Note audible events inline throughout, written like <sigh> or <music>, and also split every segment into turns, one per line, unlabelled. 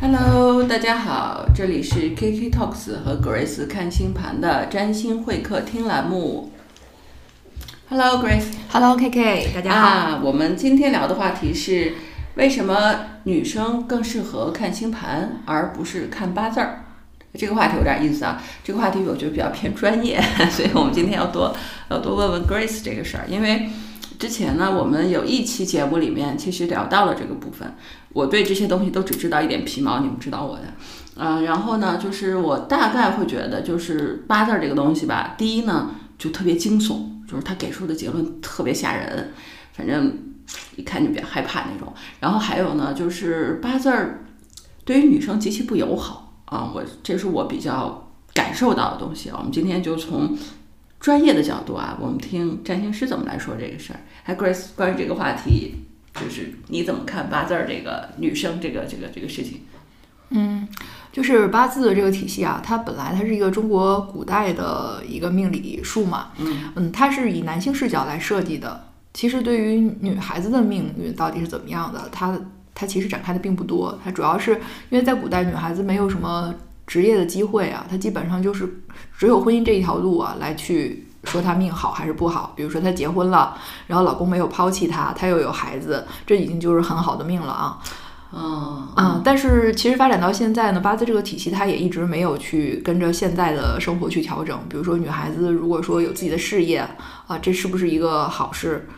Hello，大家好，这里是 KK Talks 和 Grace 看星盘的占星会客厅栏目。Hello Grace，
Hello K K，大家好。
啊，我们今天聊的话题是为什么女生更适合看星盘而不是看八字儿？这个话题有点意思啊，这个话题我觉得比较偏专业， <laughs> 所以我们今天要多要多问问 Grace 这个事儿，因为之前呢，我们有一期节目里面其实聊到了这个部分，我对这些东西都只知道一点皮毛，你们知道我的。嗯、然后呢，就是我大概会觉得，就是八字儿这个东西吧，第一呢就特别惊悚，就是他给出的结论特别吓人，反正一看就比较害怕那种。然后还有呢，就是八字儿对于女生极其不友好啊，我这是我比较感受到的东西啊。我们今天就从专业的角度啊，我们听占星师怎么来说这个事儿。哎，Grace，关于这个话题，就是你怎么看八字儿这个女生这个这个这个事情？
就是八字的这个体系啊，它本来它是一个中国古代的一个命理术嘛，
嗯
它是以男性视角来设计的。其实对于女孩子的命运到底是怎么样的，它它其实展开的并不多，它主要是因为在古代女孩子没有什么职业的机会啊，她基本上就是只有婚姻这一条路啊来去。说她命好还是不好？比如说她结婚了，然后老公没有抛弃她，她又有孩子，这已经就是很好的命了啊。
嗯
嗯，但是其实发展到现在呢，八字这个体系它也一直没有去跟着现在的生活去调整。比如说，女孩子如果说有自己的事业啊，这是不是一个好事，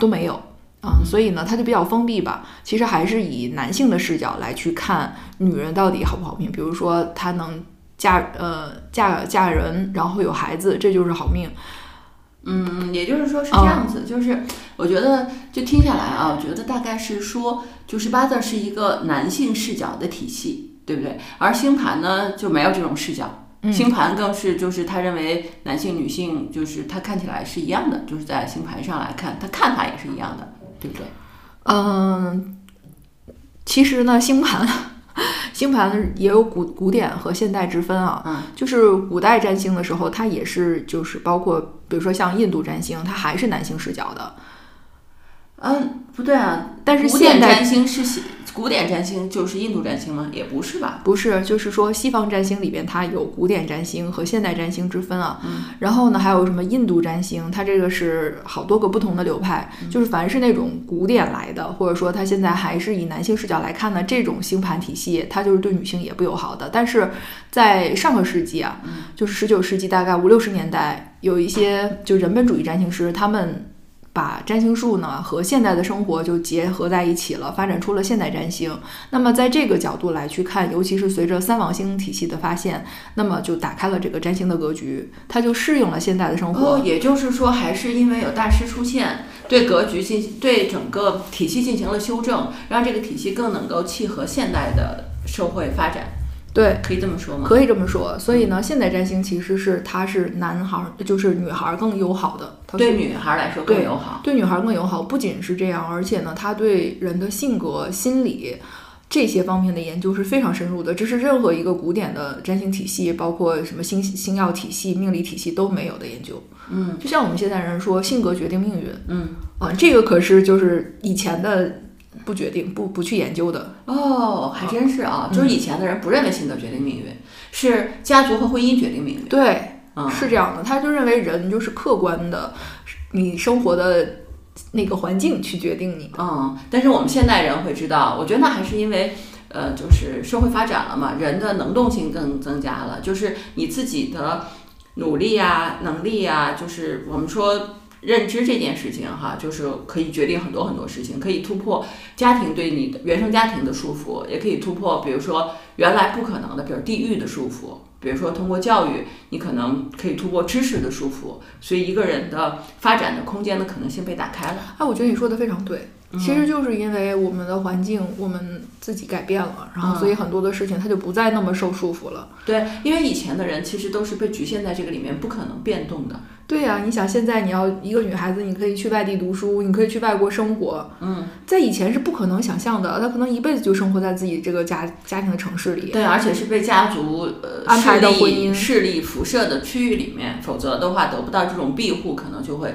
都没有。嗯，所以呢，它就比较封闭吧。其实还是以男性的视角来去看女人到底好不好命。比如说，她能嫁呃嫁嫁人，然后有孩子，这就是好命。
嗯，也就是说是
哦
这样子，就是我觉得就听下来啊，我觉得大概是说，就是八字儿是一个男性视角的体系，对不对？而星盘呢就没有这种视角，
嗯
星盘更是就是他认为男性女性就是他看起来是一样的，就是在星盘上来看，他看法也是一样的，对不对？
嗯，其实呢，星盘， <laughs> 星盘也有古古典和现代之分啊。
嗯，
就是古代占星的时候，它也是就是包括比如说像印度占星，它还是男性视角的。
嗯，不对啊，
但是
古典
现代
占星是西古典占星就是印度占星吗？也不是吧？
不是，就是说西方占星里边它有古典占星和现代占星之分啊。
嗯
然后呢，还有什么印度占星，它这个是好多个不同的流派，就是凡是那种古典来的，或者说它现在还是以男性视角来看的这种星盘体系，它就是对女性也不友好的。但是在上个世纪啊，就是十九世纪大概五六十年代，有一些就人本主义占星师，他们。把占星术呢和现代的生活就结合在一起了，发展出了现代占星。那么在这个角度来去看，尤其是随着三王星体系的发现，那么就打开了这个占星的格局，它就适用了现代的生活。
哦，也就是说，还是因为有大师出现，对格局进行对整个体系进行了修正，让这个体系更能够契合现代的社会发展，
对，
可以这么说吗？
可以这么说。所以呢，现代占星其实是它是男孩儿，就是女孩儿更友好的，它
对女孩来说更
对
友好。
对女孩儿更友好。不仅是这样，而且呢，它对人的性格、心理。这些方面的研究是非常深入的，这是任何一个古典的占星体系，包括什么星星耀体系、命理体系都没有的研究。
嗯
就像我们现在人说，性格决定命运，
嗯，
啊，这个可是就是以前的不决定不不去研究的，
哦，还真是啊，就是以前的人不认为性格决定命运，是家族和婚姻决定命运。
对，
嗯，
是这样的，他就认为人就是客观的，你生活的那个环境去决定你，
嗯，但是我们现代人会知道，我觉得那还是因为，呃，就是社会发展了嘛，人的能动性更增加了，就是你自己的努力啊、能力啊，就是我们说认知这件事情哈，就是可以决定很多很多事情，可以突破家庭对你的原生家庭的束缚，也可以突破，比如说原来不可能的，比如地域的束缚。比如说，通过教育，你可能可以突破知识的束缚，所以一个人的发展的空间的可能性被打开了。
哎、我觉得你说的非常对。
嗯
其实就是因为我们的环境，我们自己改变了，然
嗯
后所以很多的事情它就不再那么受束缚了。
对，因为以前的人其实都是被局限在这个里面，不可能变动的。
对呀、你想现在你要一个女孩子，你可以去外地读书，你可以去外国生活，
嗯，
在以前是不可能想象的，她可能一辈子就生活在自己这个家家庭的城市里。
对，而且是被家族呃
安排的
势力
婚姻
势力辐射的区域里面，否则的话得不到这种庇护，可能就会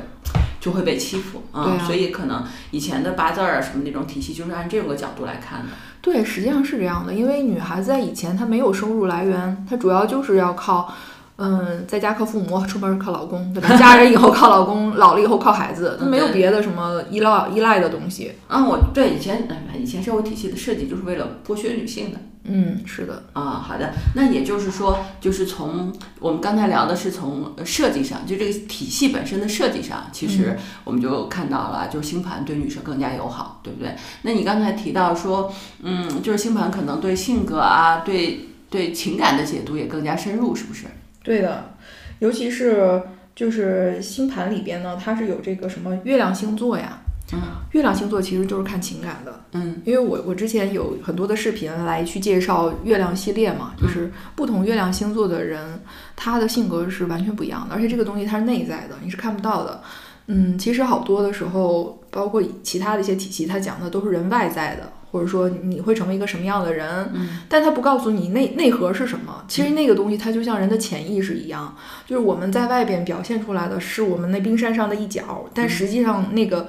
就会被欺负。嗯、
对啊
所以可能以前的八字儿啊什么那种体系，就是按这个角度来看的。
对，实际上是这样的，因为女孩子在以前她没有收入来源，她主要就是要靠，嗯，在家靠父母，出门靠老公， <laughs> 对吧？嫁人以后靠老公，老了以后靠孩子，她没有别的什么依赖依赖的东西。
啊，我对以前哎以前社会体系的设计就是为了剥削女性的。
嗯，是的，
啊，好的，那也就是说，就是从我们刚才聊的是从呃设计上，就这个体系本身的设计上，其实我们就看到了，就是星盘对女生更加友好，对不对？那你刚才提到说，嗯，就是星盘可能对性格啊，对对情感的解读也更加深入，是不是？
对的，尤其是就是星盘里边呢，它是有这个什么月亮星座呀，
嗯
月亮星座其实就是看情感的。
嗯
因为我我之前有很多的视频来去介绍月亮系列嘛，就是不同月亮星座的人，他的性格是完全不一样的，而且这个东西它是内在的，你是看不到的。嗯，其实好多的时候，包括其他的一些体系，它讲的都是人外在的，或者说你会成为一个什么样的人，
嗯
但他不告诉你内内核是什么。其实那个东西它就像人的潜意识一样，就是我们在外边表现出来的是我们那冰山上的一角，但实际上那个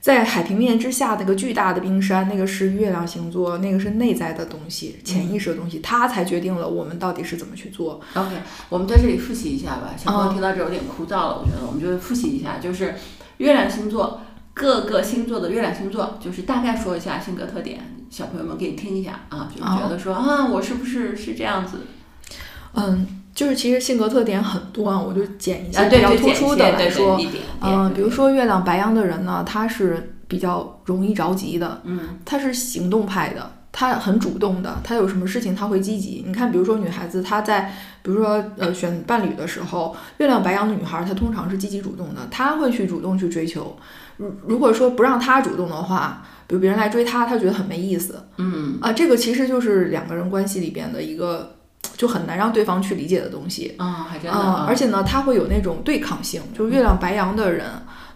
在海平面之下那个巨大的冰山，那个是月亮星座，那个是内在的东西，潜意识的东西，它才决定了我们到底是怎么去做。
，OK，我们在这里复习一下吧。小朋友
哦
听到这有点枯燥了，我觉得我们就复习一下，就是月亮星座。各个星座的月亮星座，就是大概说一下性格特点，小朋友们给你听一下啊，就是
哦
觉得说、啊，我是不是是这样子？
嗯，就是其实性格特点很多啊，我就捡一
啊，
些比
对，
较
就
突
简
出
一
的
些
来
对
说
对。一点
嗯，比如
说，
说月亮白羊的人呢，他是比较容易着急的，
嗯
他是行动派的，他很主动的，他有什么事情他会积极。你看，比如说女孩子，她在比如说呃选伴侣的时候，月亮白羊的女孩，她通常是积极主动的，她会去主动去追求。如如果说不让她主动的话，比如别人来追她，她觉得很没意思
嗯，
啊、这个其实就是两个人关系里边的一个就很难让对方去理解的东西。
啊，还真的
嗯，
啊，嗯
而且呢，他会有那种对抗性，就是月亮白羊的人，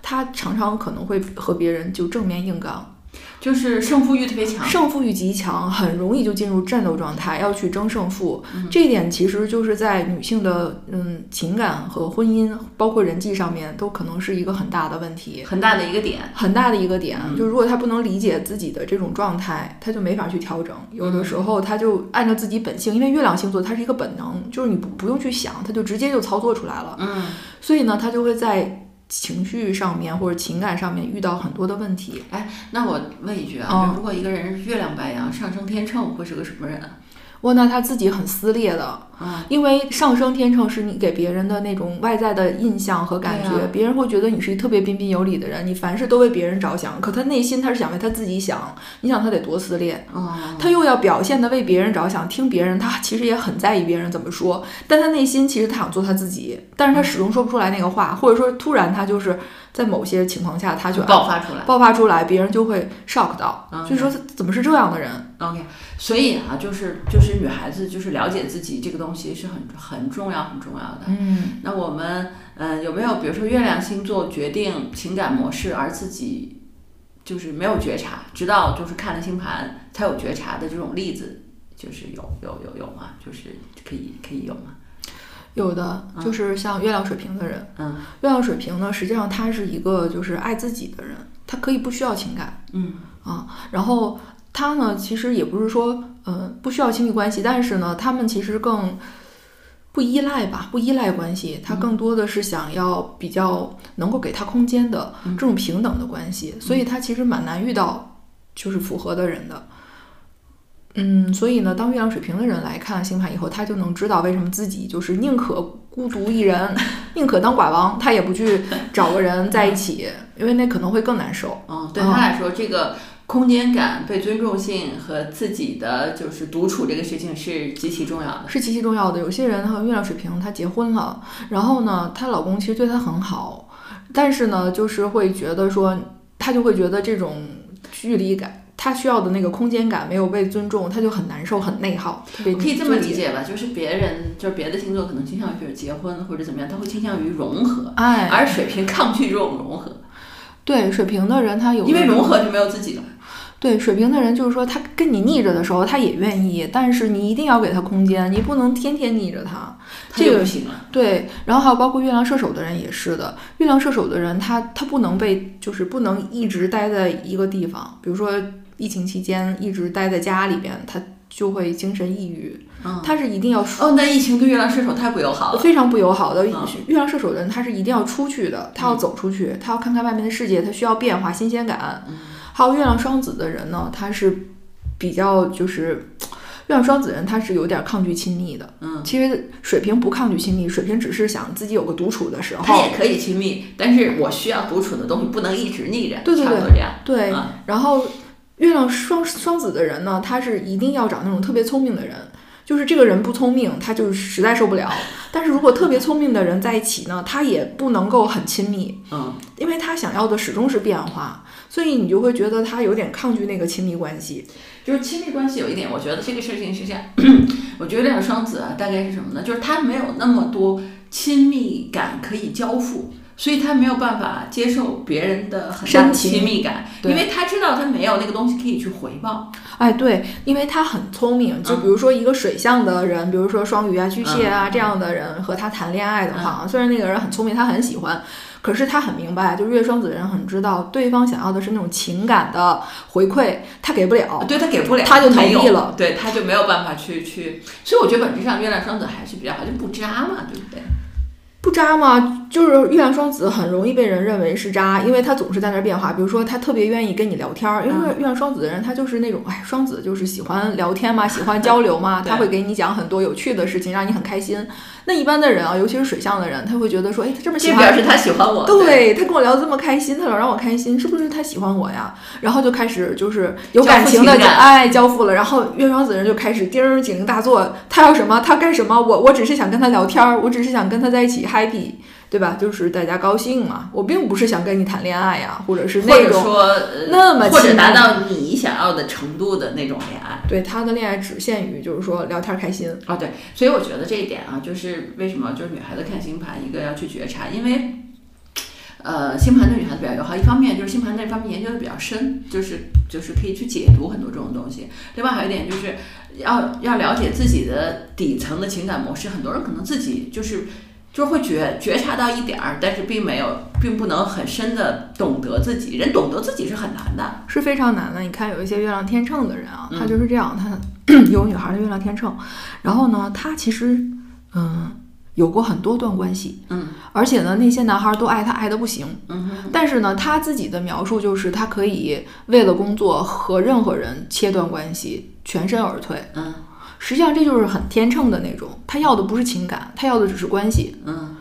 他常常可能会和别人就正面硬刚，
就是胜负欲特别强，
胜负欲极强，很容易就进入战斗状态，要去争胜负。
嗯
这一点其实就是在女性的嗯情感和婚姻，包括人际上面，都可能是一个很大的问题。
很大的一个点。
很大的一个点，啊
嗯
就是如果他不能理解自己的这种状态，他就没法去调整。有
嗯
的时候他就按照自己本性，因为月亮星座它是一个本能，就是你不不用去想，他就直接就操作出来了。
嗯，
所以呢，他就会在情绪上面或者情感上面遇到很多的问题。
那我问一句啊，
哦
就如果一个人是月亮白羊，上升天秤，会是个什么人啊？
哇，那他自己很撕裂的，
啊，
因为上升天秤是你给别人的那种外在的印象和感觉，
对啊
别人会觉得你是一特别彬彬有礼的人，你凡事都为别人着想，可他内心他是想为他自己想，你想他得多撕裂。
哦，
他又要表现的为别人着想，听别人，他 <laughs> 其实也很在意别人怎么说，但他内心其实他想做他自己，但是他始终说不出来那个话，或者说突然他就是在某些情况下他就
就爆发出来。
爆发出来，别人就会 shock 到，
嗯
就是说他怎么是这样的人？
OK，所以啊，就是就是女孩子就是了解自己这个东西是很很重要很重要的。
嗯，
那我们嗯、呃有没有比如说月亮星座决定情感模式，而自己就是没有觉察，直到就是看了星盘才有觉察的这种例子，就是有有有有吗？就是可以可以有吗？
有的
嗯
就是像月亮水瓶的人，
嗯
月亮水瓶呢，实际上他是一个就是爱自己的人，他可以不需要情感，
嗯
然后他呢，其实也不是说嗯、呃不需要亲密关系，但是呢，他们其实更。不依赖吧，不依赖关系，他更多的是想要比较能够给他空间的
嗯
这种平等的关系，所以他其实蛮难遇到就是符合的人的。嗯，所以呢，当月亮水瓶的人来看星盘以后，他就能知道为什么自己就是宁可孤独一人， <laughs> 宁可当寡王，他也不去找个人在一起，因为那可能会更难受。
哦，对
哦
他来说，这个空间感、被尊重性和自己的就是独处这个事情是极其重要的。
是极其重要的。有些人和月亮水瓶，她结婚了，然后呢，她老公其实对她很好，但是呢，就是会觉得说，她就会觉得这种距离感。她需要的那个空间感没有被尊重，她就很难受，很内耗。特别
可以这么
纠结
理解吧，就是别人就是别的星座可能倾向于比如结婚或者怎么样，他会倾向于融合，
哎，
而水瓶 <laughs> 抗拒这种融合。
对水瓶的人，他有
因为
那种
融合就没有自己了。
对水瓶的人，就是说他跟你逆着的时候，他也愿意，但是你一定要给他空间，你不能天天逆着他。
这
这
个
个
不行了，
对，然后还有包括月亮射手的人也是的，月亮射手的人他他不能被就是不能一直待在一个地方，比如说疫情期间一直待在家里边，他就会精神抑郁，
嗯，
他是一定要
哦，那疫情对月亮射手太不友好了。
非常不友好的。
嗯
月亮射手的人他是一定要出去的，他要
嗯
走出去，他要看看外面的世界，他需要变化、新鲜感。
嗯
还有月亮双子的人呢，他是比较就是月亮双子人，他是有点抗拒亲密的。
嗯，
其实水瓶不抗拒亲密，水瓶只是想自己有个独处的时
他
候。
也可以亲密，但是我需要独处的东西不能一直腻着，
对对对
差不多这样。
对，
嗯
然后月亮双双子的人呢，他是一定要找那种特别聪明的人。就是这个人不聪明，他就是实在受不了。但是如果特别聪明的人在一起呢，他也不能够很亲密，
嗯
因为他想要的始终是变化，所以你就会觉得他有点抗拒那个亲密关系。
就是亲密关系有一点，我觉得这个事情是这样， <clears throat> 我觉得两双子啊，大概是什么呢？就是他没有那么多亲密感可以交付，所以他没有办法接受别人的很大
深
的
情
亲密感，
对
因为他知道他没有那个东西可以去回报。
哎，对，因为他很聪明，就
嗯
比如说一个水象的人，比如说双鱼啊、巨蟹啊、这样的人和他谈恋爱的
嗯
话，啊虽然那个人很聪明，他很喜欢，可是他很明白，就是月双子人很知道对方想要的是那种情感的回馈，他给不了。
对他给不了，
他就同
没有
意了，
对他就没有办法去去，所以我觉得本质上月亮双子还是比较好，就不渣嘛，对不对？
不渣吗？就是月亮双子很容易被人认为是渣，因为他总是在那儿变化。比如说，他特别愿意跟你聊天儿，因为
嗯
月亮双子的人，他就是那种，哎，双子就是喜欢聊天嘛，喜欢交流嘛，
<laughs> 对
他会给你讲很多有趣的事情，让你很开心。那一般的人啊，尤其是水象的人，他会觉得说，哎，他这么喜
这
欢
表示他喜欢 <laughs> 我，
对他跟我聊得这么开心，他老让我开心，是不是他喜欢我呀？然后就开始就是有
交
感
付
情的
情感
哎交付了，然后月双子人就开始叮儿警铃大作，他要什么他干什么，我我只是想跟他聊天儿，我只是想跟他在一起 happy，对吧？就是大家高兴嘛，我并不是想跟你谈恋爱呀，或者是
或
那
者
种
说呃
那么
或
亲
者
密
达到你想要的程度的那种恋爱。
对他的恋爱只限于就是说聊天儿开心，
哦，对，所以我觉得这一点啊，就是为什么就是女孩子看星盘，一个要去觉察，因为。呃，星盘对女孩子比较友好，一方面就是星盘那方面研究的比较深，就是就是可以去解读很多这种东西。另外还有一点就是要要了解自己的底层的情感模式，很多人可能自己就是就是会觉觉察到一点儿，但是并没有并不能很深的懂得自己，人懂得自己是很难的。
是非常难的。你看有一些月亮天秤的人啊，
嗯
他就是这样，他 <clears throat> 有女孩的月亮天秤，然后呢，他其实嗯有过很多段关系，
嗯
而且呢，那些男孩都爱他爱的不行。
嗯哼
但是呢，他自己的描述就是他可以为了工作和任何人切断关系，全身而退。
嗯
实际上这就是很天秤的那种，他要的不是情感，他要的只是关系。
嗯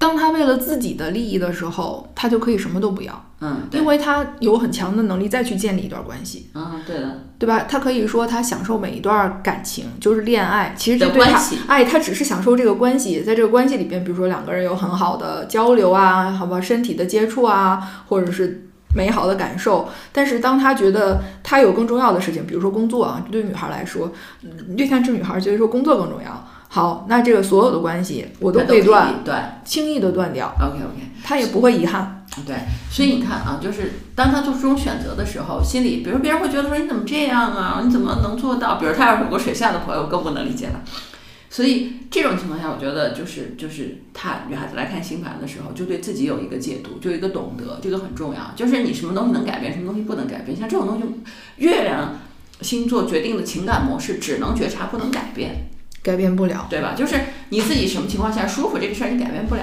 当他为了自己的利益的时候，他就可以什么都不要，
嗯，对
因，为他有很强的能力再去建立一段关系。
嗯对的，
对吧？他可以说他享受每一段感情，就是恋爱，其实这
的
对他
关系，
哎，他只是享受这个关系，在这个关系里边，比如说两个人有很好的交流啊，好吧，身体的接触啊，或者是美好的感受。但是当他觉得他有更重要的事情，比如说工作啊，对女孩来说，嗯就像这女孩觉得说工作更重要。好，那这个所有的关系我都
它
可以断，
对
轻易的断掉，
，OK OK。
他也不会遗憾。
对，所以你看啊，就是当他做出这种选择的时候，心里，比如别人会觉得说你怎么这样啊，你怎么能做到？比如他要是有个水象的朋友，更不能理解了。所以这种情况下，我觉得就是就是她女孩子来看星盘的时候，就对自己有一个解读，就有一个懂得，这个很重要。就是你什么东西能改变，什么东西不能改变。像这种东西，月亮星座决定的情感模式只能觉察，不能改变，
改变不了，
对吧？就是你自己什么情况下舒服，这个事儿你改变不了。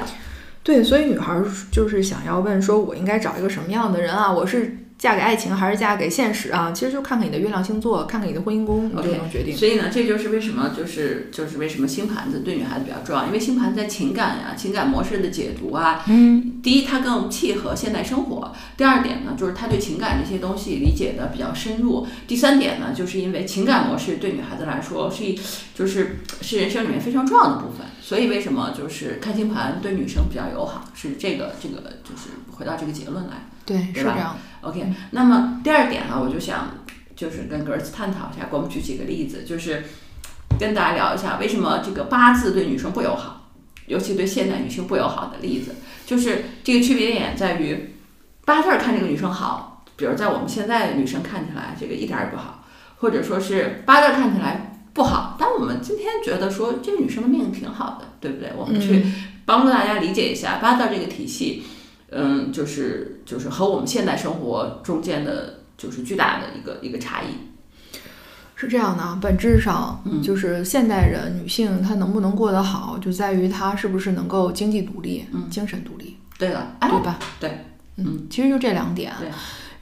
对，所以女孩儿就是想要问说，我应该找一个什么样的人啊？我是嫁给爱情还是嫁给现实啊？其实就看看你的月亮星座，看看你的婚姻宫，你就
OK，
能决定。
所以呢，这就是为什么就是就是为什么星盘子对女孩子比较重要，因为星盘在情感呀、情感模式的解读啊，
嗯，
第一它更契合现代生活，第二点呢就是她对情感这些东西理解的比较深入，第三点呢就是因为情感模式对女孩子来说是一就是是人生里面非常重要的部分，所以为什么就是看星盘对女生比较友好，是这个这个就是回到这个结论来。
对，是
对
这
吧
样。
OK，那么第二点啊，我就想就是跟格儿斯探讨一下，给我们举几个例子，就是跟大家聊一下为什么这个八字对女生不友好，尤其对现代女性不友好的例子，就是这个区别点在于八字儿看这个女生好，比如在我们现在女生看起来这个一点儿也不好，或者说是八字儿看起来不好，但我们今天觉得说这个女生的命挺好的，对不对？我们去
嗯，
帮助大家理解一下八字这个体系，嗯，就是就是和我们现代生活中间的就是巨大的一个一个差异。
是这样的啊，本质上
嗯
就是现代人女性她能不能过得好，就在于她是不是能够经济独立、
嗯
精神独立，
对了，哎
对，吧？
对，
嗯，其实就这两点。
对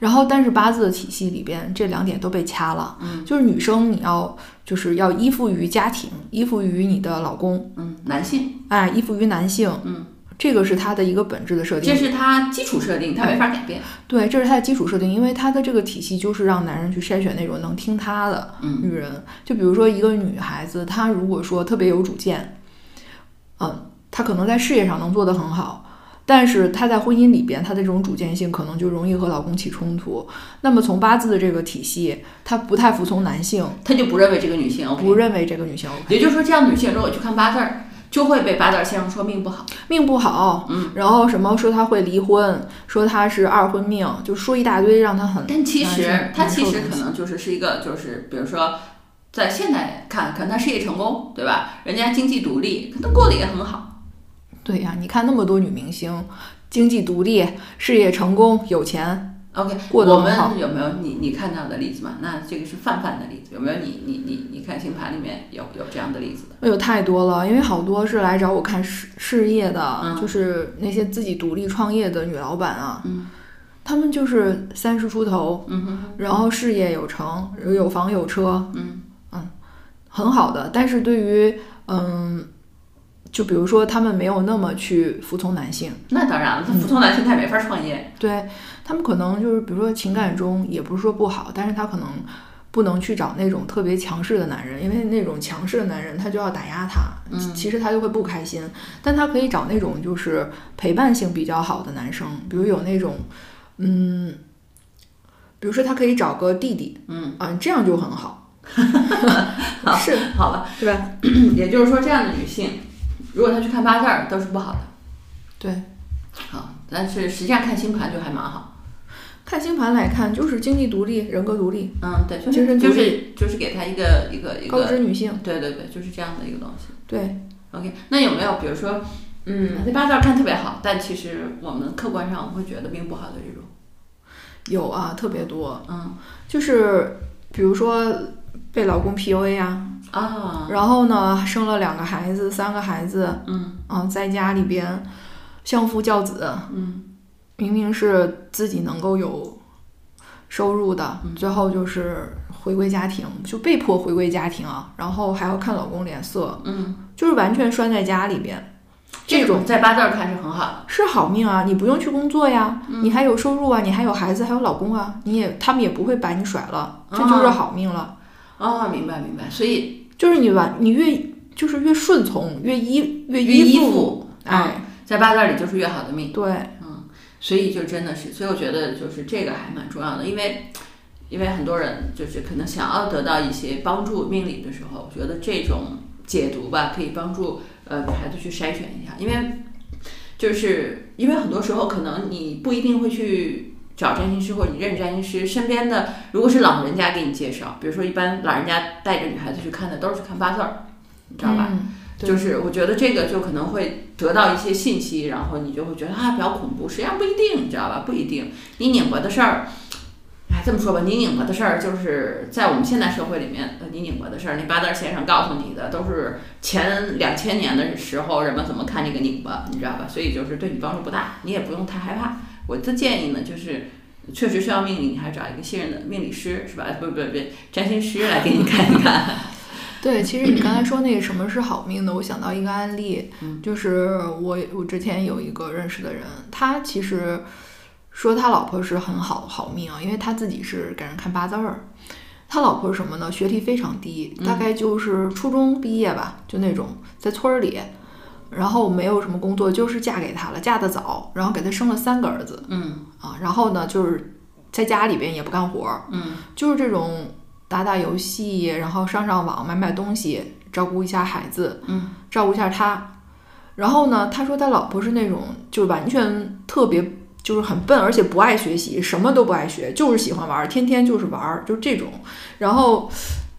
然后，但是八字的体系里边，这两点都被掐了。
嗯，
就是女生你要就是要依附于家庭，依附于你的老公，
嗯，男性，
哎，依附于男性，
嗯，
这个是他的一个本质的设
这
定。
是他基础设定，他没法改变。
对，这是他的基础设定，因为他的这个体系就是让男人去筛选那种能听他的
嗯
女人。就比如说一个女孩子，她如果说特别有主见，嗯，她可能在事业上能做得很好。但是她在婚姻里边，她的这种主见性可能就容易和老公起冲突。那么从八字的这个体系，她不太服从男性，
他就不认为这个女性 OK，
不认为这个女性 OK。
也就是说，这样的女性如果去看八字儿，就会被八字儿先生说命不好。
命不好，
嗯，
然后什么说他会离婚，说他是二婚命，就说一大堆让他很。
但其实
男性
他其
男
实
性
可能就是是一个，就是比如说，在现在看，可能他事业成功，对吧？人家经济独立，可能过得也很好。
对呀、你看那么多女明星，经济独立，事业成功，有钱，
OK，
过得
我
很好
们有没有你你看到的例子嘛？那这个是泛泛的例子，有没有你你你你看星盘里面有有这样的例子的？
哎呦太多了，因为好多是来找我看事事业的，
嗯
就是那些自己独立创业的女老板啊，
嗯，
她们就是三十出头，
嗯哼，
然后事业有成，有房有车，
嗯
很好的，但是对于嗯，就比如说她们没有那么去服从男性。
那当然了，他
嗯
服从男性他也没法创业。
对他们可能就是，比如说情感中也不是说不好，但是他可能不能去找那种特别强势的男人，因为那种强势的男人他就要打压他，其
嗯
其实他就会不开心。但他可以找那种就是陪伴性比较好的男生，比如有那种，嗯，比如说他可以找个弟弟，
嗯
啊，这样就很好
<laughs> 好，
是，
好吧，
对吧？
也就是说，这样的女性，如果她去看八字儿都是不好的。
对。
好，但是实际上看星盘就还蛮好。
看星盘来看，就是经济独立、人格独立、
嗯，对，就
精
是
神
就
独
是就是给她一个一个一
高知
个，
女性，
对对对，就是这样的一个东西。
对，
OK，那有没有比如说，嗯，这八字儿看特别好，但其实我们客观上我们会觉得并不好的这种，
有啊，特别多。
嗯
就是比如说被老公 PUA 啊，
啊，
然后呢生了两个孩子、三个孩子，
嗯
啊，在家里边相夫教子，
嗯
明明是自己能够有收入的，
嗯
最后就是回归家庭，就被迫回归家庭啊，然后还要看老公脸色，
嗯，
就是完全拴在家里边，这种
在八字儿看是很好的，
是好命啊，你不用去工作呀，
嗯
你还有收入啊，你还有孩子，还有老公啊，你也他们也不会把你甩了，这就是
啊
好命了。
哦，明白明白，所以
就是你完，你越就是越顺从，越依越
越依
依附，
附，啊
哎，
在八字儿里就是越好的命。
对，
嗯，所以就真的是，所以我觉得就是这个还蛮重要的，因为因为很多人就是可能想要得到一些帮助命理的时候，我觉得这种解读吧，可以帮助呃女孩子去筛选一下，因为就是因为很多时候可能你不一定会去。找占星师或者你认识占星师身边的，如果是老人家给你介绍，比如说一般老人家带着女孩子去看的都是去看八字儿，你知道吧？
嗯？对
就是我觉得这个就可能会得到一些信息，然后你就会觉得啊比较恐怖，实际上不一定，你知道吧？不一定，你拧巴的事儿，哎，这么说吧，你拧巴的事儿就是在我们现代社会里面，呃你拧巴的事儿，那八字先生告诉你的都是前两千年的时候人们怎么看这个拧巴，你知道吧？所以就是对你帮助不大，你也不用太害怕。我的建议呢就是。确实需要命理，你还是找一个信任的命理师是吧？不不不，占星师来给你看一看。 <laughs>
对。其实你刚才说那个什么是好命的，我想到一个案例，
嗯
就是我我之前有一个认识的人，他其实说他老婆是很好好命啊，因为他自己是给人看八字儿。他老婆是什么呢？学历非常低，
嗯
大概就是初中毕业吧，就那种在村儿里，然后没有什么工作，就是嫁给他了，嫁得早，然后给他生了三个儿子。
嗯
啊，然后呢，就是在家里边也不干活儿，
嗯
就是这种打打游戏，然后上上网、买买东西，照顾一下孩子，
嗯，
照顾一下他。然后呢，他说他老婆是那种就完全特别就是很笨，而且不爱学习，什么都不爱学，就是喜欢玩儿，天天就是玩儿，就这种。然后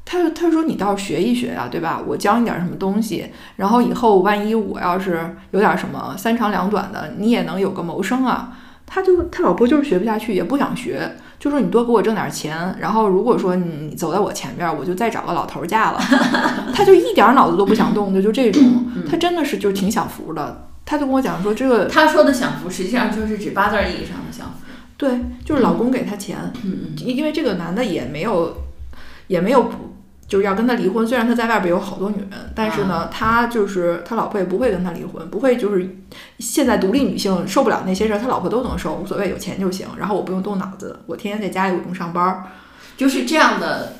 他就他说你倒是学一学啊，对吧？我教你点儿什么东西，然后以后万一我要是有点儿什么三长两短的，你也能有个谋生啊。他就他老婆就是学不下去，也不想学，就说你多给我挣点钱，然后如果说你走在我前面，我就再找个老头儿嫁了。 <laughs> 他就一点脑子都不想动的，就这种，他真的是就挺享福的。他就跟我讲说，这个
他说的享福，实际上就是指八字儿意义上的享福。
对，就是老公给她钱，
嗯
因为这个男的也没有，也没有不就是要跟他离婚。虽然他在外边有好多女人，但是
啊
呢，他就是他老婆也不会跟他离婚，不会就是现在独立女性受不了那些事儿，他老婆都能受，无所谓，有钱就行。然后我不用动脑子，我天天在家里我不用上班儿，
就是这样的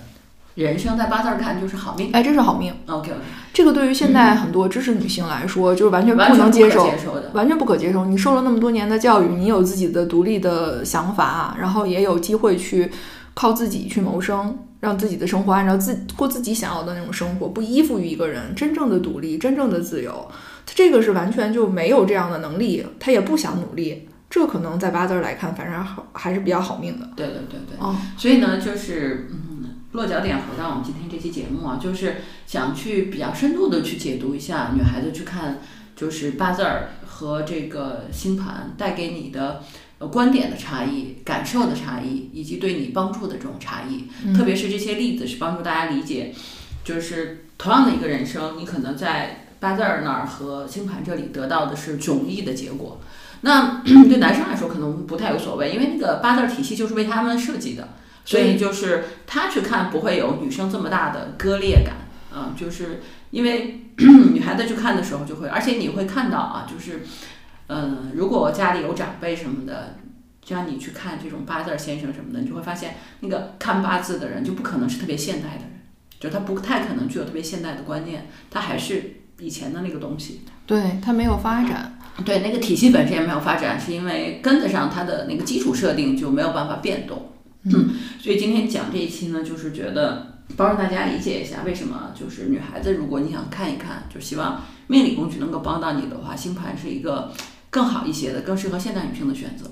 人生，在八字儿看就是好命。
哎，这是好命。
OK，
这个对于现在很多知识女性来说，就是完全
嗯完
不
全
能
不
接
可
受。
接受的。
完全不可接受。你受了那么多年的教育，你有自己的独立的想法，然后也有机会去靠自己去谋生，让自己的生活按照自过自己想要的那种生活，不依附于一个人，真正的独立，真正的自由。他这个是完全就没有这样的能力，他也不想努力。这可能在八字儿来看，反正好还是比较好命的。
对对对对。
哦，
所以呢，就是嗯，落脚点回到我们今天这期节目啊，就是想去比较深度的去解读一下女孩子去看就是八字儿和这个星盘带给你的。呃观点的差异、感受的差异，以及对你帮助的这种差异，
嗯
特别是这些例子是帮助大家理解，就是同样的一个人生，你可能在八字儿那儿和星盘这里得到的是迥异的结果。那 <clears throat> 对男生来说可能不太有所谓，因为那个八字儿体系就是为他们设计的，所以就是他去看不会有女生这么大的割裂感，啊、就是因为 <clears throat> 女孩子去看的时候就会，而且你会看到啊，就是，嗯、如果家里有长辈什么的，像你去看这种八字儿先生什么的，你就会发现那个看八字的人就不可能是特别现代的人，就他不太可能具有特别现代的观念，他还是以前的那个东西。
对他没有发展。
对，那个体系本身也没有发展，是因为跟得上它的那个基础设定就没有办法变动。嗯，所以今天讲这一期呢，就是觉得帮助大家理解一下为什么就是女孩子，如果你想看一看，就希望命理工具能够帮到你的话，星盘是一个更好一些的、更适合现代女性的选择。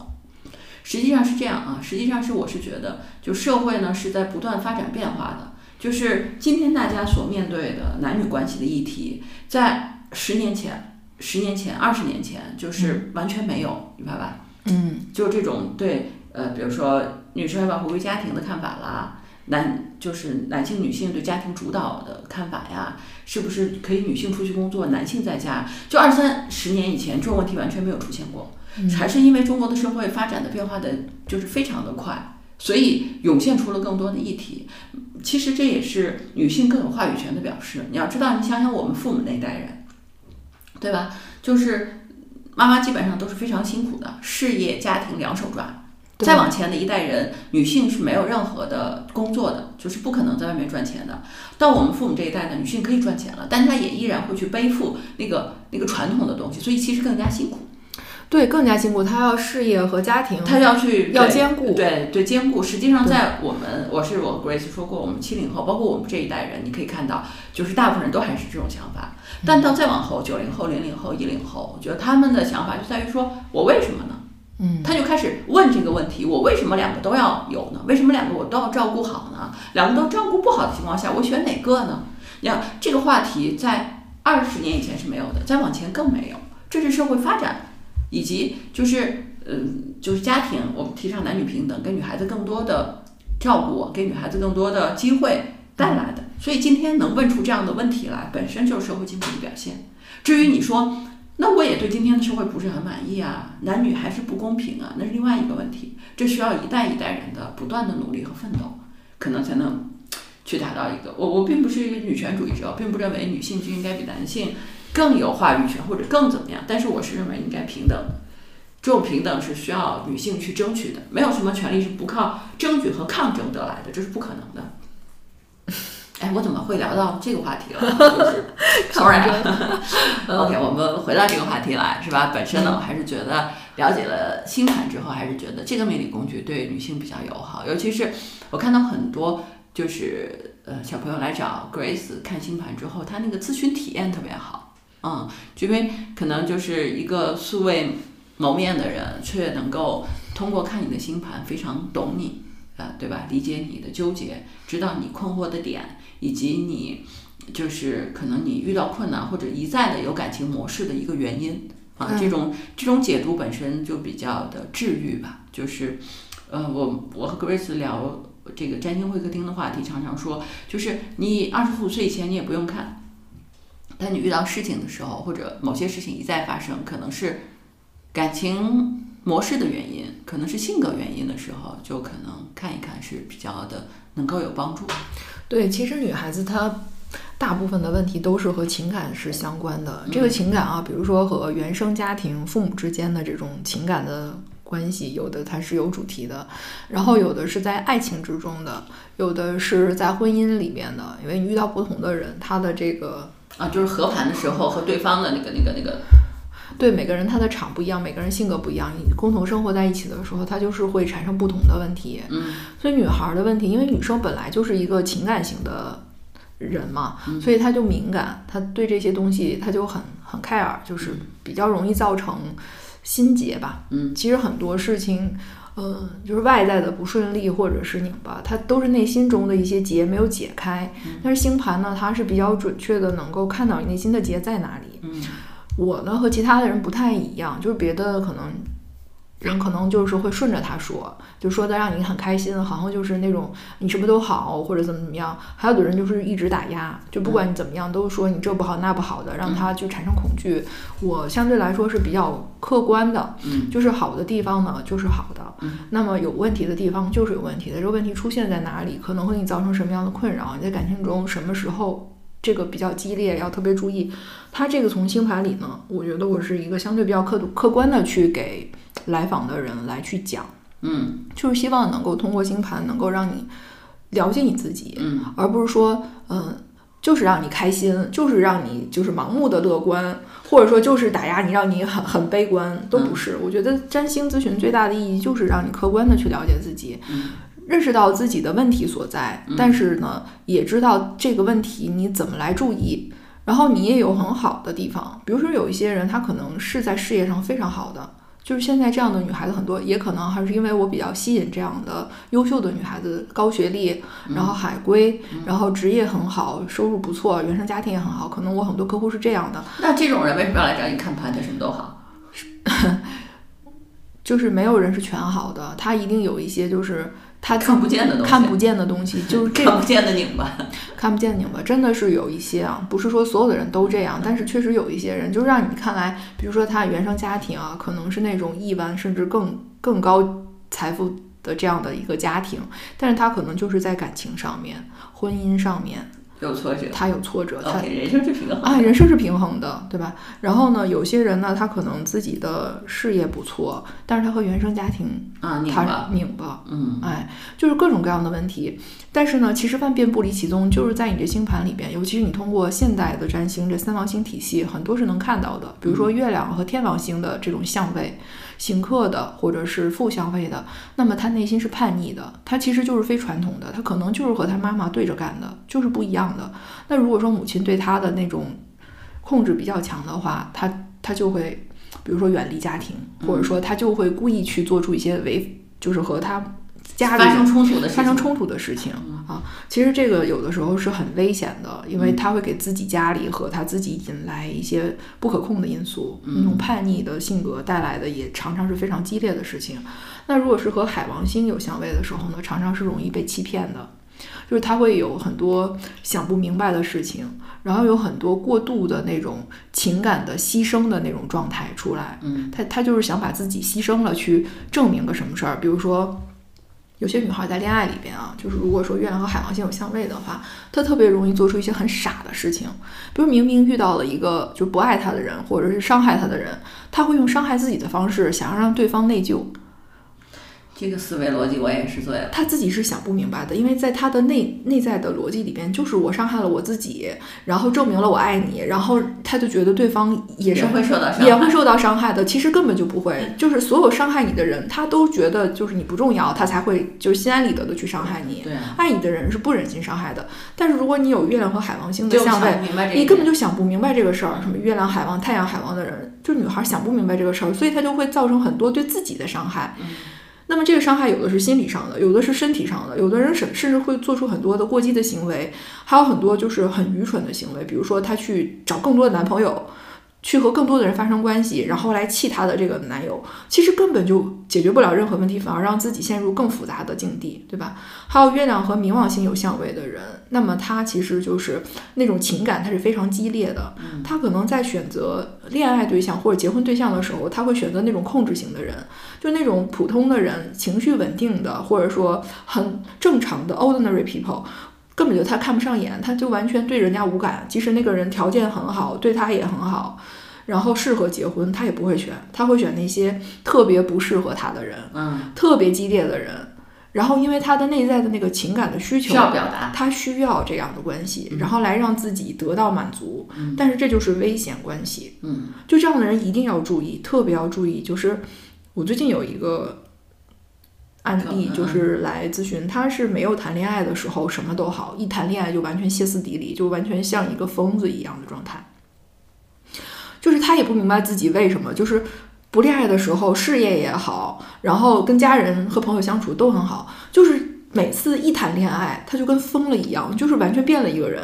实际上是这样啊，实际上是我是觉得，就社会呢是在不断发展变化的，就是今天大家所面对的男女关系的议题，在十年前、十年前、二十年前就是完全没有，明白吧？
嗯，
就这种对呃，比如说女生要不要回归家庭的看法啦，男就是男性女性对家庭主导的看法呀，是不是可以女性出去工作，男性在家？就二三十年以前，这种问题完全没有出现过，还是因为中国的社会发展的变化的，就是非常的快，所以涌现出了更多的议题。其实这也是女性更有话语权的表示。你要知道，你想想我们父母那一代人，对吧？就是妈妈基本上都是非常辛苦的，事业、家庭两手抓。
对
再往前的一代人，女性是没有任何的工作的，就是不可能在外面赚钱的。到我们父母这一代呢，女性可以赚钱了，但她也依然会去背负那个那个传统的东西，所以其实更加辛苦。
对，更加辛苦，他要事业和家庭，
她要去
要
对
兼顾。
对对，兼顾。实际上，在我们，我是我 Grace 说过，我们七零后，包括我们这一代人，你可以看到，就是大部分人都还是这种想法。但到再往后，九零后、零零后、一零后，我觉得他们的想法就在于说，我为什么呢？
嗯，
他就开始问这个问题：我为什么两个都要有呢？为什么两个我都要照顾好呢？两个都照顾不好的情况下，我选哪个呢？你看这个话题在二十年以前是没有的，再往前更没有。这是社会发展，以及就是嗯，就是家庭，我们提倡男女平等，给女孩子更多的照顾，给女孩子更多的机会带来的。所以今天能问出这样的问题来，本身就是社会进步的表现。至于你说那我也对今天的社会不是很满意啊，男女还是不公平啊，那是另外一个问题，这需要一代一代人的不断的努力和奋斗，可能才能去达到一个。我我并不是一个女权主义者，并不认为女性就应该比男性更有话语权或者更怎么样，但是我是认为应该平等的。这种平等是需要女性去争取的，没有什么权利是不靠争取和抗争得来的，这是不可能的。哎，我怎么会聊到这个话题了？就是，sorry 啊。OK，我们回到这个话题来，是吧？本身呢，我还是觉得了解了星盘之后，还是觉得这个命理工具对女性比较友好，尤其是我看到很多就是呃小朋友来找 Grace 看星盘之后，他那个咨询体验特别好，嗯，就因为可能就是一个素未谋面的人，却能够通过看你的星盘非常懂你。啊，对吧？理解你的纠结，知道你困惑的点，以及你就是可能你遇到困难或者一再的有感情模式的一个原因啊，
嗯
这种这种解读本身就比较的治愈吧，就是呃，我我和 Grace 聊这个占星会客厅的话题，常常说，就是你二十五岁以前你也不用看，当你遇到事情的时候，或者某些事情一再发生，可能是感情模式的原因，可能是性格原因的时候，就可能看一看是比较的能够有帮助。
对，其实女孩子她大部分的问题都是和情感是相关的。这个情感啊，比如说和原生家庭、父母之间的这种情感的关系，有的它是有主题的，然后有的是在爱情之中的，有的是在婚姻里面的。因为你遇到不同的人，他的这个
啊，就是和盘的时候和对方的那个那个那个，
对每个人他的场不一样，每个人性格不一样，你共同生活在一起的时候，他就是会产生不同的问题。
嗯，
所以女孩儿的问题，因为女生本来就是一个情感型的人嘛，所以她就敏感，她对这些东西她就很很 care，就是比较容易造成心结吧。
嗯，
其实很多事情，嗯、就是外在的不顺利或者是拧巴，它都是内心中的一些结没有解开。但是星盘呢，它是比较准确的，能够看到你内心的结在哪里。
嗯，
我呢和其他的人不太一样，就是别的可能人可能就是会顺着他说，就说的让你很开心，好像就是那种你什么都好或者怎么怎么样。还有的人就是一直打压，就不管你怎么样，都说你这不好那不好的，让他就产生恐惧。我相对来说是比较客观的，
嗯
就是好的地方呢就是好的，
嗯
那么有问题的地方就是有问题的。这个问题出现在哪里，可能会给你造成什么样的困扰？你在感情中什么时候这个比较激烈，要特别注意。他这个从星盘里呢，我觉得我是一个相对比较客客观的去给来访的人来去讲，
嗯
就是希望能够通过星盘能够让你了解你自己，
嗯
而不是说，嗯，就是让你开心，就是让你就是盲目的乐观，或者说就是打压你，让你很很悲观，都不是。我觉得占星咨询最大的意义就是让你客观的去了解自己，
嗯
认识到自己的问题所在，但是呢，也知道这个问题你怎么来注意。然后你也有很好的地方，比如说有一些人，他可能是在事业上非常好的，就是现在这样的女孩子很多，也可能还是因为我比较吸引这样的优秀的女孩子，高学历，然后海归，然后职业很好，收入不错，原生家庭也很好，可能我很多客户是这样的，
那这种人为什么要来找你看盘？他什么都好。
就是没有人是全好的，他一定有一些就是他
看不见的东西
看不见的东西，就是这
看不见的拧巴，
看不见拧巴，真的是有一些啊，不是说所有的人都这样，但是确实有一些人，就让你看来，比如说他原生家庭啊，可能是那种亿万甚至更更高财富的这样的一个家庭，但是他可能就是在感情上面、婚姻上面，
有挫折。
他有挫折，他
OK，人生是平衡。
啊，人生是平衡的，对吧？然后呢，有些人呢，他可能自己的事业不错，但是他和原生家庭
啊，拧
他
巴，
拧巴，
嗯
哎，就是各种各样的问题。但是呢，其实万变不离其宗，就是在你这星盘里边，尤其是你通过现代的占星这三王星体系，很多是能看到的。比如说月亮和天王星的这种相位，刑克的或者是负相位的，那么他内心是叛逆的，他其实就是非传统的，他可能就是和他妈妈对着干的，就是不一样的。那如果说母亲对他的那种控制比较强的话，他他就会。比如说远离家庭，或者说他就会故意去做出一些违，就是和他家里
发
人
生冲突的事情，嗯
发生冲突的事情啊，其实这个有的时候是很危险的，因
嗯
为他会给自己家里和他自己引来一些不可控的因素，那
嗯
种叛逆的性格带来的也常常是非常激烈的事情。那如果是和海王星有相位的时候呢，常常是容易被欺骗的，就是他会有很多想不明白的事情，然后有很多过度的那种情感的牺牲的那种状态出来。
嗯
他他就是想把自己牺牲了去证明个什么事儿，比如说。有些女孩在恋爱里边啊，就是如果说月亮和海王星有相位的话，她特别容易做出一些很傻的事情，比如明明遇到了一个就不爱她的人，或者是伤害她的人，她会用伤害自己的方式，想要让对方内疚，
这个思维逻辑我也是醉了。
他自己是想不明白的，因为在他的内内在的逻辑里边，就是我伤害了我自己，然后证明了我爱你，然后他就觉得对方也是
也会受到伤害
也会受到伤害的。其实根本就不会，就是所有伤害你的人，他都觉得就是你不重要，他才会就是心安理得的去伤害你。
对啊，
爱你的人是不忍心伤害的，但是如果你有月亮和海王星的
就
相位
想，啊明白这一
你根本
点
就想不明白这个事儿，什么月亮海王、太阳海王的人，就女孩想不明白这个事儿，所以她就会造成很多对自己的伤害。
嗯
那么这个伤害有的是心理上的，有的是身体上的，有的人甚甚至会做出很多的过激的行为，还有很多就是很愚蠢的行为，比如说她去找更多的男朋友，去和更多的人发生关系，然后来气她的这个男友，其实根本就解决不了任何问题，反而让自己陷入更复杂的境地，对吧？还有月亮和冥王星有相位的人，那么他其实就是那种情感，他是非常激烈的，
嗯
他可能在选择恋爱对象或者结婚对象的时候，他会选择那种控制型的人，就那种普通的人，情绪稳定的，或者说很正常的 ordinary people。根本就他看不上眼，他就完全对人家无感。即使那个人条件很好，对他也很好，然后适合结婚，他也不会选，他会选那些特别不适合他的人，
嗯，
特别激烈的人。然后，因为他的内在的那个情感的需求，
需要表达，
他需要这样的关系，
嗯
然后来让自己得到满足。
嗯
但是这就是危险关系，
嗯
就这样的人一定要注意，特别要注意。就是我最近有一个案例
嗯，嗯
就是来咨询，他是没有谈恋爱的时候什么都好，一谈恋爱就完全歇斯底里，就完全像一个疯子一样的状态。就是他也不明白自己为什么，就是不恋爱的时候，事业也好，然后跟家人和朋友相处都很好，就是每次一谈恋爱，他就跟疯了一样，就是完全变了一个人，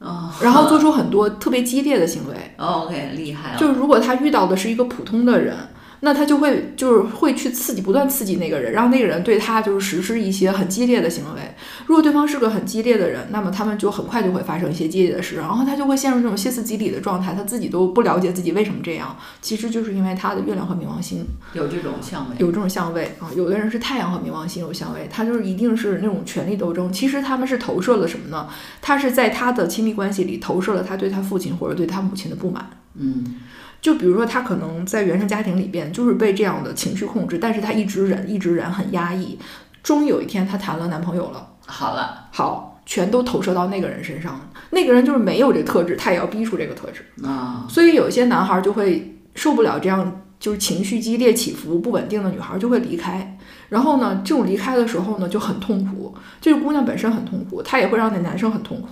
哦
然后做出很多特别激烈的行为。
哦 OK 厉害了，
就如果他遇到的是一个普通的人，那他就会就是会去刺激，不断刺激那个人，让那个人对他就是实施一些很激烈的行为。如果对方是个很激烈的人，那么他们就很快就会发生一些激烈的事，然后他就会陷入那种歇斯底里的状态，他自己都不了解自己为什么这样。其实就是因为他的月亮和冥王星
有这种相位，
有这种相位啊，有的人是太阳和冥王星有相位，他就是一定是那种权力斗争。其实他们是投射了什么呢？他是在他的亲密关系里投射了他对他父亲或者对他母亲的不满。
嗯
就比如说，他可能在原生家庭里边就是被这样的情绪控制，但是他一直忍，一直忍，很压抑。终于有一天，她谈了男朋友了，
好了，
好，全都投射到那个人身上。那个人就是没有这特质，他也要逼出这个特质。
啊
所以有一些男孩就会受不了这样就是情绪激烈起伏不稳定的女孩就会离开。然后呢，这种离开的时候呢就很痛苦，这个姑娘本身很痛苦，她也会让那男生很痛苦，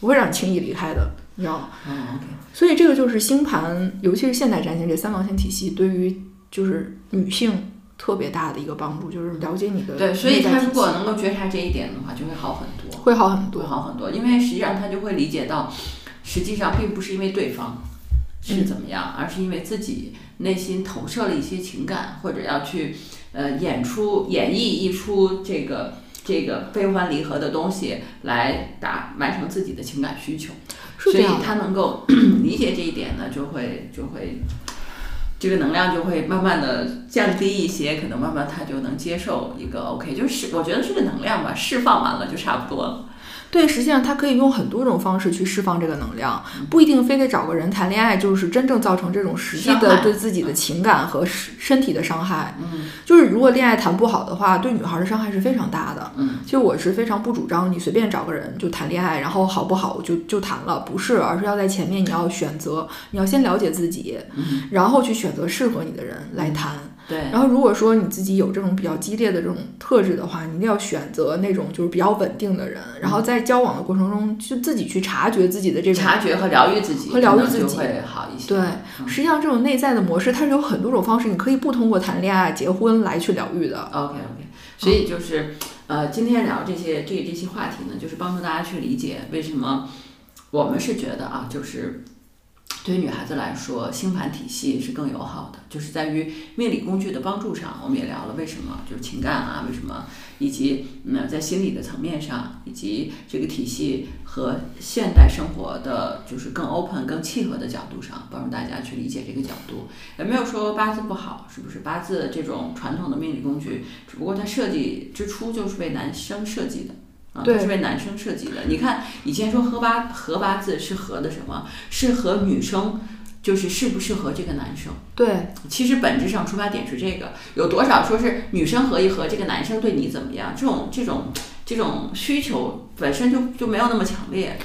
不会让你轻易离开的，你知道吗？
嗯
所以这个就是星盘，尤其是现代占星这三王星体系，对于就是女性特别大的一个帮助，就是了解你的
，OK，对，所以
内在
他
体
如果
系
能够觉察这一点的话，就会好很多，
会好很
会
多。
好很多，因为实际上他就会理解到，实际上并不是因为对方
嗯
是怎么样，而是因为自己内心投射了一些情感，或者要去呃演出演绎一出这个这个悲欢离合的东西来达完成自己的情感需求，
是
所
这
以
样的
他能够 <clears throat> 理解这一点呢，就会就会。这个能量就会慢慢的降低一些，可能慢慢他就能接受一个 OK，就是我觉得是个能量吧，释放完了就差不多了。
对，实际上它可以用很多种方式去释放这个能量，
嗯
不一定非得找个人谈恋爱，就是真正造成这种实际
伤
的
害
对自己的情感和身身体的伤害。
嗯
就是如果恋爱谈不好的话，对女孩的伤害是非常大的。
嗯
其实我是非常不主张你随便找个人就谈恋爱，然后好不好就就谈了，不是，而是要在前面你要选择，你要先了解自己，
嗯，
然后去选择适合你的人来谈。
对，
然后如果说你自己有这种比较激烈的这种特质的话，你一定要选择那种就是比较稳定的人，然
嗯
后在交往的过程中就自己去察觉自己的这种。
察觉和疗愈自己，
和疗愈
可能
自己
就会好一些。
对，
嗯
实际上这种内在的模式，它是有很多种方式，你可以不通过谈恋爱、结婚来去疗愈的。
，OK OK，所以就是呃，今天聊这些这这些话题呢，就是帮助大家去理解为什么我们是觉得啊，就是对于女孩子来说，星盘体系是更友好的，就是在于命理工具的帮助上，我们也聊了为什么就是情感啊，为什么以及嗯在心理的层面上，以及这个体系和现代生活的就是更 open、更契合的角度上，帮助大家去理解这个角度。也没有说八字不好，是不是？八字这种传统的命理工具，只不过它设计之初就是为男生设计的。啊，
对
它是为男生设计的。你看，以前说合八合八字是合的什么？是合女生，就是适不适合这个男生。
对，
其实本质上出发点是这个，有多少说是女生合一合，这个男生对你怎么样？这种这种这种需求本身就就没有那么强烈。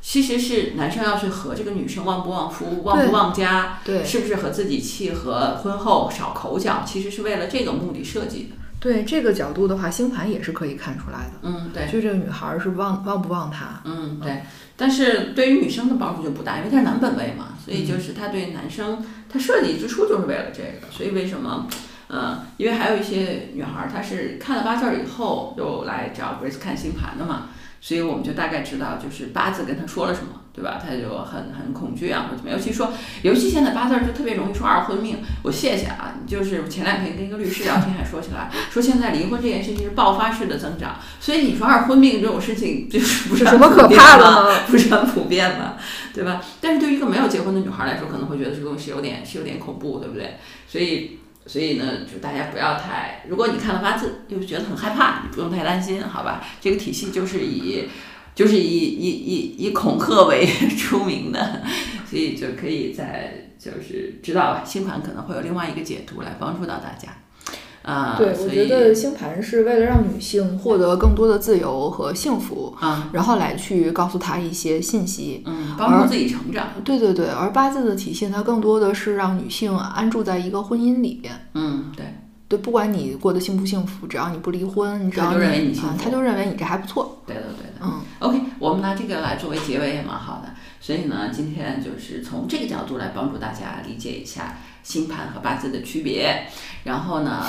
其实是男生要去合这个女生旺不旺夫，旺
对
不旺家，
对，
是不是和自己契合，婚后少口角，其实是为了这个目的设计的。
对这个角度的话，星盘也是可以看出来的。
嗯，对，
就这个女孩儿是忘忘不忘他，
嗯，对。但是对于女生的帮助就不大，因为它是男本位嘛，所
嗯
以就是他对男生，他设计之初就是为了这个，所以为什么？呃，因为还有一些女孩儿，她是看了八字儿以后又来找 Grace 看星盘的嘛，所以我们就大概知道就是八字跟他说了什么，对吧？他就很很恐惧啊，或者怎么样。尤其说，尤其现在八字儿就特别容易说二婚命。我谢谢啊，就是前两天跟一个律师聊天还说起来，说现在离婚这件事情是爆发式的增长，所以你说二婚命这种事情就是不是
有什么可怕的呢？
<laughs> 不是很普遍嘛，对吧？但是对于一个没有结婚的女孩来说，可能会觉得这个东西有点是有点恐怖，对不对？所以所以呢，就大家不要太，如果你看了八字又觉得很害怕，你不用太担心，好吧？这个体系就是以就是以以以以恐吓为 <laughs> 出名的，所以就可以在就是知道吧，星盘可能会有另外一个解读来帮助到大家。啊、
对，我
所
觉
以
得星盘是为了让女性获得更多的自由和幸福，
啊，
然后来去告诉她一些信息。
嗯，帮助自己成长，
对对对，而八字的体现，它更多的是让女性安住在一个婚姻里边。
嗯，对，
对，不管你过得幸不幸福，只要你不离婚，只
他
要
就认为你幸
啊，
福
他就认为你这还不错。
对的，对的。
嗯，
OK，我们拿这个来作为结尾也蛮好的，所以呢，今天就是从这个角度来帮助大家理解一下星盘和八字的区别。然后呢，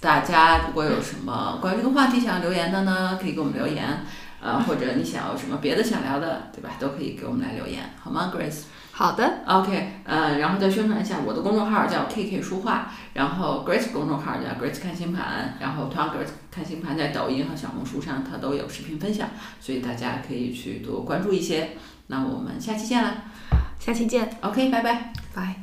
大家如果有什么关于这个话题想要留言的呢，可以给我们留言，呃，或者你想有什么别的想聊的，对吧？都可以给我们来留言，好吗，Grace？
好的，
OK，呃，然后再宣传一下我的公众号叫 KK 书画，然后 Grace 公众号叫 Grace 看星盘，然后同样 Grace 看星盘在抖音和小红书上它都有视频分享，所以大家可以去多关注一些。那我们下期见啦
下期见，
，OK，拜拜。
拜。